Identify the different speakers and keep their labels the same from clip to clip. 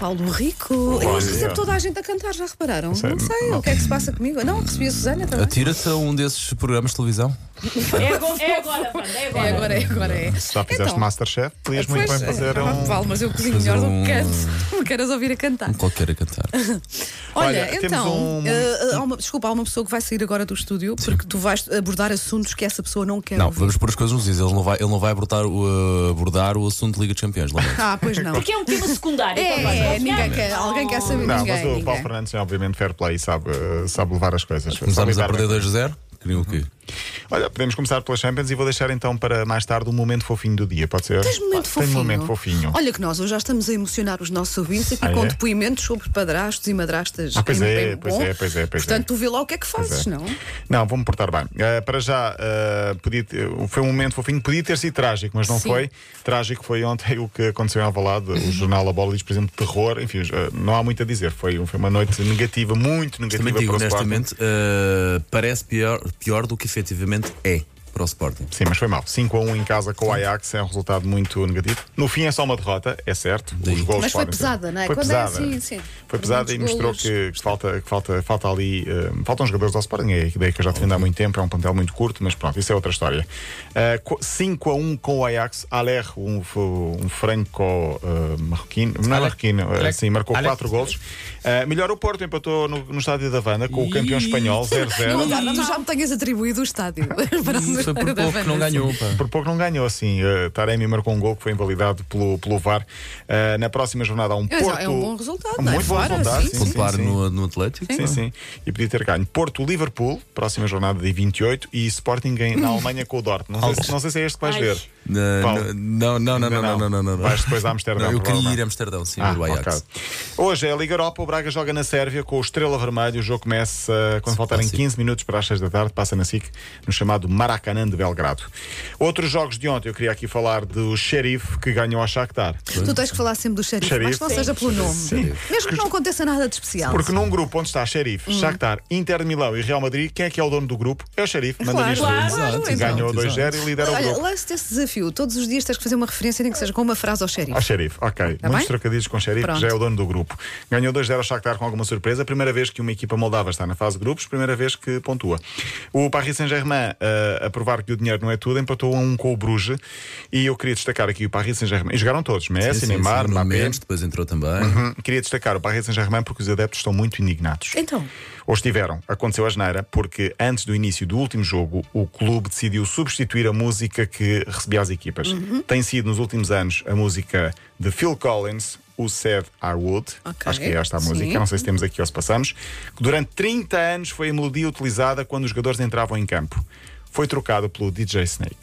Speaker 1: Paulo Rico. Eu hoje recebo toda a gente a cantar, já repararam?
Speaker 2: Sei.
Speaker 1: Não sei o que é que se passa comigo. Não, recebi a Susana também.
Speaker 3: Atira-se a um desses programas de televisão.
Speaker 4: É agora, é agora, Wanda, é agora.
Speaker 1: É agora, é agora, é.
Speaker 2: Se já fizeste Masterchef, podias muito bem
Speaker 1: pois,
Speaker 2: fazer
Speaker 1: é,
Speaker 2: um.
Speaker 1: Vale, mas eu cozinho
Speaker 3: fazer
Speaker 1: melhor do
Speaker 3: um-
Speaker 1: que canto. Me queiras ouvir a cantar.
Speaker 3: Qualquer a cantar.
Speaker 1: Olha,
Speaker 2: Olha, temos
Speaker 1: então,
Speaker 2: um-
Speaker 1: eh, há uma- desculpa, há uma pessoa que vai sair agora do estúdio porque tu vais abordar assuntos que essa pessoa não quer
Speaker 3: Não,
Speaker 1: ouvir.
Speaker 3: vamos pôr as coisas nos is. Ele não vai, ele não vai abordar, o, eh, abordar o assunto de Liga de Campeões. Lá dentro.
Speaker 1: Ah, pois não.
Speaker 4: Porque é um tema secundário. então,
Speaker 1: É,
Speaker 4: também.
Speaker 1: é, ninguém quer, alguém quer saber
Speaker 2: Não,
Speaker 1: ninguém.
Speaker 2: mas o Paulo
Speaker 1: ninguém.
Speaker 2: Fernandes é obviamente fair play e sabe, eh, sabe levar as coisas. Sabe
Speaker 3: Começámos a
Speaker 2: lidar
Speaker 3: perder
Speaker 2: bem.
Speaker 3: 2-0. Queriam o quê?
Speaker 2: Olha, podemos começar pelas Champions e vou deixar então para mais tarde o momento fofinho do dia, pode ser?
Speaker 1: Tens momento
Speaker 2: Tem
Speaker 1: fofinho.
Speaker 2: um momento fofinho.
Speaker 1: Olha que nós hoje já estamos a emocionar os nossos ouvintes aqui
Speaker 2: Ah,
Speaker 1: com
Speaker 2: é?
Speaker 1: depoimentos sobre padrastos e madrastas.
Speaker 2: Ah, pois
Speaker 1: em-
Speaker 2: é,
Speaker 1: em
Speaker 2: pois
Speaker 1: bom.
Speaker 2: é, pois é, pois é.
Speaker 1: Portanto, tu vê lá o que é que fazes,
Speaker 2: Pois é.
Speaker 1: não?
Speaker 2: Não, vou-me portar bem. Eh, para já, eh, podia ter- foi um momento fofinho, podia ter sido trágico, mas não
Speaker 1: Sim. Uhum.
Speaker 2: foi. Trágico foi ontem o que aconteceu em Alvalade, o jornal A Bola diz, por exemplo, terror, enfim, eh, não há muito a dizer. Foi, foi uma noite negativa, muito negativa
Speaker 3: Também digo,
Speaker 2: para o Sporting.
Speaker 3: honestamente, eh, parece pior, pior do que efetivamente é para o Sporting.
Speaker 2: Sim, mas foi mal. 5 a 1 em casa com o Ajax é um resultado muito negativo. No fim é só uma derrota, é certo. Os gols
Speaker 1: Mas foi
Speaker 2: podem ser-
Speaker 1: pesada, não é?
Speaker 2: Foi
Speaker 1: Quando é
Speaker 2: pesada.
Speaker 1: assim, sim.
Speaker 2: Foi
Speaker 1: Por
Speaker 2: pesada
Speaker 1: muitos
Speaker 2: e mostrou
Speaker 1: golos.
Speaker 2: que, que falta, que falta, falta ali. eh, faltam jogadores ao Sporting, é a ideia que eu já defendo há muito tempo. É um plantel muito curto, mas pronto, isso é outra história. 5 a 1 com o Ajax. Aller, um, f- um franco-marroquino. não é
Speaker 3: Alec.
Speaker 2: marroquino, eh,
Speaker 3: Alec.
Speaker 2: sim, marcou
Speaker 3: Alec.
Speaker 2: 4 golos. Eh, melhor o Porto, empatou no, no estádio da Havana com o campeão espanhol 0-0.
Speaker 1: Não, Eduardo, tu já me tenhas atribuído o estádio. Para
Speaker 3: Ih, Foi
Speaker 1: da
Speaker 3: por pouco que não
Speaker 1: Vanessa.
Speaker 3: ganhou. pá.
Speaker 2: Por pouco não ganhou, assim. eh, Taremi marcou um gol que foi invalidado pelo, pelo VAR. Eh, na próxima jornada há um
Speaker 1: Mas é um
Speaker 2: Porto.
Speaker 1: bom resultado, não é?
Speaker 2: Muito bom
Speaker 1: Fora,
Speaker 2: resultado,
Speaker 1: sim,
Speaker 2: sim, sim,
Speaker 3: Popular
Speaker 2: sim.
Speaker 3: no, no Atlético.
Speaker 2: Sim, sim. E podia ter ganho Porto-Liverpool, próxima jornada de 28, e Sporting em- na Alemanha com o Dortmund. Não sei, se- não sei se é este que vais
Speaker 4: Ai.
Speaker 2: ver. Paulo,
Speaker 3: Na- na- Eh, Não, não, não,
Speaker 2: ainda
Speaker 3: não, não, não, não, não.
Speaker 2: Vais depois a Amsterdã.
Speaker 3: Não, eu queria ir
Speaker 2: provavelmente.
Speaker 3: a Amsterdão, sim,
Speaker 2: Ah,
Speaker 3: ver o Ajax.
Speaker 2: ok. Hoje é a Liga Europa, o Braga joga na Sérvia com o Estrela Vermelho. O jogo começa eh, quando faltarem
Speaker 3: Sim.
Speaker 2: 15 minutos para as 6 da tarde, passa na SIC, no chamado Maracanã de Belgrado. Outros jogos de ontem, eu queria aqui falar do Sheriff que ganhou ao Shakhtar.
Speaker 1: Tu tens que falar sempre do xerife,
Speaker 2: Xerife.
Speaker 1: mas que não seja pelo nome. Mesmo que não aconteça nada de especial.
Speaker 2: Porque num grupo onde está Sheriff,
Speaker 1: Hum.
Speaker 2: Shakhtar, Inter de Milão e Real Madrid, quem é que é o dono do grupo? É o Sheriff, manda
Speaker 1: Claro,
Speaker 2: isto.
Speaker 1: claro,
Speaker 3: Exato,
Speaker 1: claro.
Speaker 2: Ganhou
Speaker 3: exato,
Speaker 2: 2-0 e lidera o
Speaker 1: Olha,
Speaker 2: grupo.
Speaker 1: lance esse desafio. Todos os dias tens que fazer uma referência, nem que seja com uma frase ao xerife.
Speaker 2: Ao xerife, ok.
Speaker 1: Tá
Speaker 2: Muitos
Speaker 1: bem?
Speaker 2: trocadilhos com o xerife, que
Speaker 1: Pronto.
Speaker 2: já é o dono do grupo. Ganhou 2-0 ao Shakhtar com alguma surpresa. Primeira vez que uma equipa moldava está na fase de grupos, primeira vez que pontua. O Paris Saint-Germain, eh, a provar que o dinheiro não é tudo, empatou a um com o Bruges. E eu queria destacar aqui o Paris Saint-Germain. E jogaram todos, Messi,
Speaker 3: Sim, sim,
Speaker 2: Neymar,
Speaker 3: sim, no
Speaker 2: Mbappé.
Speaker 3: Mendes, depois entrou também.
Speaker 2: Hum, Queria destacar o Paris Saint-Germain porque os adeptos estão muito indignados.
Speaker 1: Então.
Speaker 2: Ou estiveram. Aconteceu a geneira porque antes do início do último jogo o clube decidiu substituir a música que recebia as equipas. Tem sido nos últimos anos a música de Phil Collins, o Sad I Would.
Speaker 1: Ok.
Speaker 2: Acho que é esta a
Speaker 1: Sim.
Speaker 2: música, não sei se temos aqui ou se passamos. Que durante 30 anos foi a melodia utilizada quando os jogadores entravam em campo. Foi trocado pelo DJ Snake.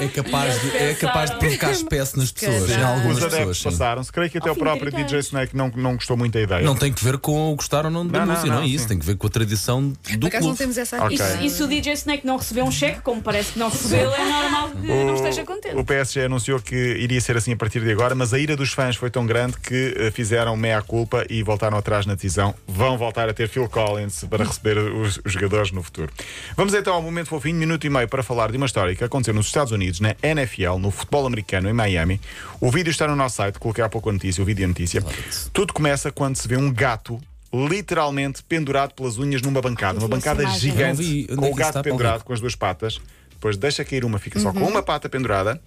Speaker 3: É capaz de, é capaz de provocar espécie nas pessoas, em
Speaker 1: calhar.
Speaker 3: algumas
Speaker 2: Os adeptos
Speaker 3: Ah, pessoas. sim.
Speaker 2: passaram-se. Creio que até
Speaker 4: Ao
Speaker 2: o
Speaker 4: fim de
Speaker 2: próprio
Speaker 4: 30
Speaker 2: DJ
Speaker 4: anos.
Speaker 2: Snake não, não gostou muito da ideia.
Speaker 3: Não tem que ver com o gostar ou não da
Speaker 2: Não, não,
Speaker 3: música, não,
Speaker 2: não,
Speaker 3: é isso.
Speaker 2: sim.
Speaker 3: Tem que ver com a tradição do
Speaker 1: Por acaso não
Speaker 3: clube.
Speaker 1: temos essa
Speaker 2: Ok.
Speaker 4: E, se- e se o DJ Snake não recebeu um cheque, como parece que não recebeu, é normal que
Speaker 2: Oh.
Speaker 4: não esteja contente.
Speaker 2: O PSG anunciou que iria ser assim a partir de agora, mas a ira dos fãs foi tão grande que eh, fizeram meia-culpa e voltaram atrás na decisão. Vão voltar a ter Phil Collins para receber os, os jogadores no futuro. Vamos então ao momento fofinho, minuto e meio, para falar de uma história que aconteceu nos Estados Unidos, na NFL, no futebol americano, em Miami. O vídeo está no nosso site, coloquei há pouco a notícia, o vídeo e a notícia. Tudo começa quando se vê um gato literalmente pendurado pelas unhas numa bancada, uma
Speaker 4: vi essa
Speaker 2: bancada
Speaker 4: imagem.
Speaker 2: gigante,
Speaker 3: Eu não vi. Onde
Speaker 2: com
Speaker 3: é
Speaker 2: o gato
Speaker 3: que isso está, Paulo
Speaker 2: pendurado
Speaker 3: Rico?
Speaker 2: com as duas patas, depois deixa cair uma, fica só com uma pata pendurada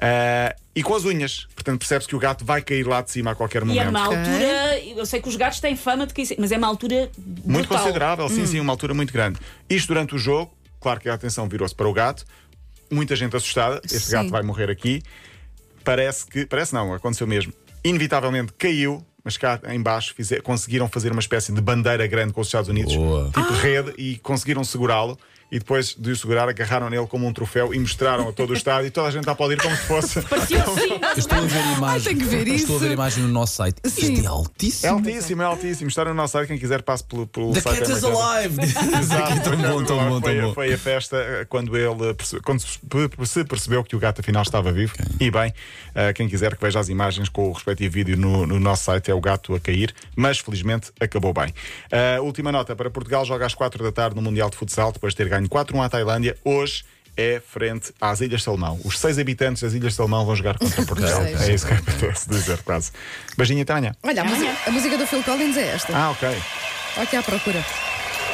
Speaker 2: ah, e com as unhas. Portanto, percebes que o gato vai cair lá de cima a qualquer
Speaker 4: E é
Speaker 2: momento.
Speaker 4: uma altura, eu sei que os gatos têm fama de que isso, mas é uma altura brutal.
Speaker 2: muito considerável, sim, sim, uma altura muito grande. Isto durante o jogo, claro que a atenção virou-se para o gato, muita gente assustada, este
Speaker 1: Sim.
Speaker 2: gato vai morrer aqui. Parece que, parece não, aconteceu mesmo. Inevitavelmente caiu. Mas cá em baixo fize- conseguiram fazer uma espécie de bandeira grande com os Estados Unidos,
Speaker 3: Boa.
Speaker 2: tipo rede, e conseguiram segurá-lo. E depois de o segurar, agarraram nele como um troféu e mostraram a todo o estádio. E toda a gente a aplaudir como se fosse.
Speaker 4: Parecia assim,
Speaker 3: Eu Estou a ver imagem.
Speaker 1: tenho Ah, que ver
Speaker 3: Estou a ver
Speaker 1: isso.
Speaker 3: imagem no nosso site.
Speaker 1: Sim.
Speaker 3: Isto é
Speaker 2: É
Speaker 3: altíssimo.
Speaker 2: altíssimo, é altíssimo. Está no nosso site, quem quiser passe pelo, pelo
Speaker 3: The
Speaker 2: site.
Speaker 3: cat
Speaker 2: é
Speaker 3: is
Speaker 2: muito-
Speaker 3: alive!
Speaker 2: Exato,
Speaker 3: Tão bom, tão bom,
Speaker 2: Ah, foi,
Speaker 3: tão bom.
Speaker 2: foi a festa eh, quando ele eh, perce- quando se perce- se percebeu que o gato afinal estava vivo. E bem, eh, quem quiser que veja as imagens com o respectivo vídeo no, no nosso site é o gato a cair, mas felizmente acabou bem. Eh, última nota para Portugal joga às 4 da tarde no Mundial de Futsal, depois de ter ganho 4-1 à um Tailândia. Hoje é frente às Ilhas Salomão. Os seis habitantes das Ilhas Salomão vão jogar contra Portugal.
Speaker 1: Os seis.
Speaker 2: é isso que apetece dizer, quase. Beijinho até amanhã.
Speaker 1: Olha, a, música, a música do Phil Collins é esta.
Speaker 2: Ah, ok.
Speaker 1: Olha aqui à procura.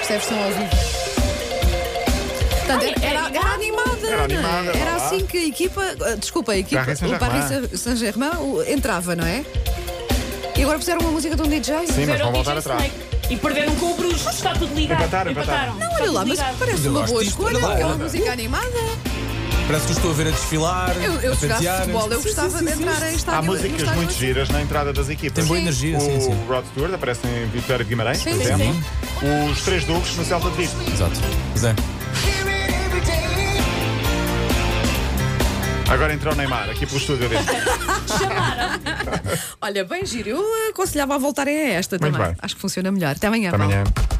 Speaker 1: Isto é a versão ao vivo. Portanto,
Speaker 4: Ai,
Speaker 1: era,
Speaker 4: é
Speaker 1: era animada,
Speaker 2: Era
Speaker 1: não é?
Speaker 2: animada, vá
Speaker 1: Era
Speaker 2: lá.
Speaker 1: assim que a equipa. ah, Desculpa, a equipa.
Speaker 2: Paris
Speaker 1: o
Speaker 2: Saint-Germain.
Speaker 1: Paris Saint-Germain o- entrava, não é? E agora fizeram uma música de um DJ?
Speaker 2: Sim, mas
Speaker 4: Fizeram
Speaker 2: vão
Speaker 4: o
Speaker 2: voltar
Speaker 4: DJ
Speaker 2: atrás.
Speaker 4: Snake. E perderam com o Bruxo. Está tudo ligado.
Speaker 2: Empataram, empataram.
Speaker 1: Não, olha
Speaker 4: Está
Speaker 1: lá,
Speaker 4: tudo
Speaker 1: mas
Speaker 4: ligado.
Speaker 1: parece
Speaker 5: eu
Speaker 1: uma
Speaker 5: gosto
Speaker 1: boa
Speaker 5: disto,
Speaker 1: escolha.
Speaker 5: olha lá,
Speaker 1: Aquela
Speaker 5: olha.
Speaker 1: música animada.
Speaker 5: Parece que os estou a ver a desfilar.
Speaker 1: Eu, eu
Speaker 5: a
Speaker 1: jogasse
Speaker 5: pentear.
Speaker 1: futebol, eu
Speaker 5: Sim,
Speaker 1: gostava
Speaker 5: sim,
Speaker 1: de
Speaker 5: sim,
Speaker 1: entrar
Speaker 5: sim.
Speaker 1: em estádio.
Speaker 2: Há músicas
Speaker 1: no
Speaker 2: muito
Speaker 1: estádio.
Speaker 2: giras na entrada das equipas.
Speaker 5: Tem boa
Speaker 1: Sim.
Speaker 5: energia, sim,
Speaker 2: O
Speaker 5: sim.
Speaker 2: Rod Stewart aparece em Vitória de Guimarães,
Speaker 1: Sim,
Speaker 2: por
Speaker 1: sim,
Speaker 2: exemplo. Os três duques no Celta de Vigo.
Speaker 5: Exato. Pois é.
Speaker 2: Agora entrou o Neymar aqui pelo estúdio dele.
Speaker 1: Olha, bem giro. Eu aconselhava a voltarem a esta
Speaker 2: Muito
Speaker 1: também.
Speaker 2: bem.
Speaker 1: Acho que funciona melhor. Até amanhã.
Speaker 2: Até
Speaker 1: Paulo.
Speaker 2: amanhã.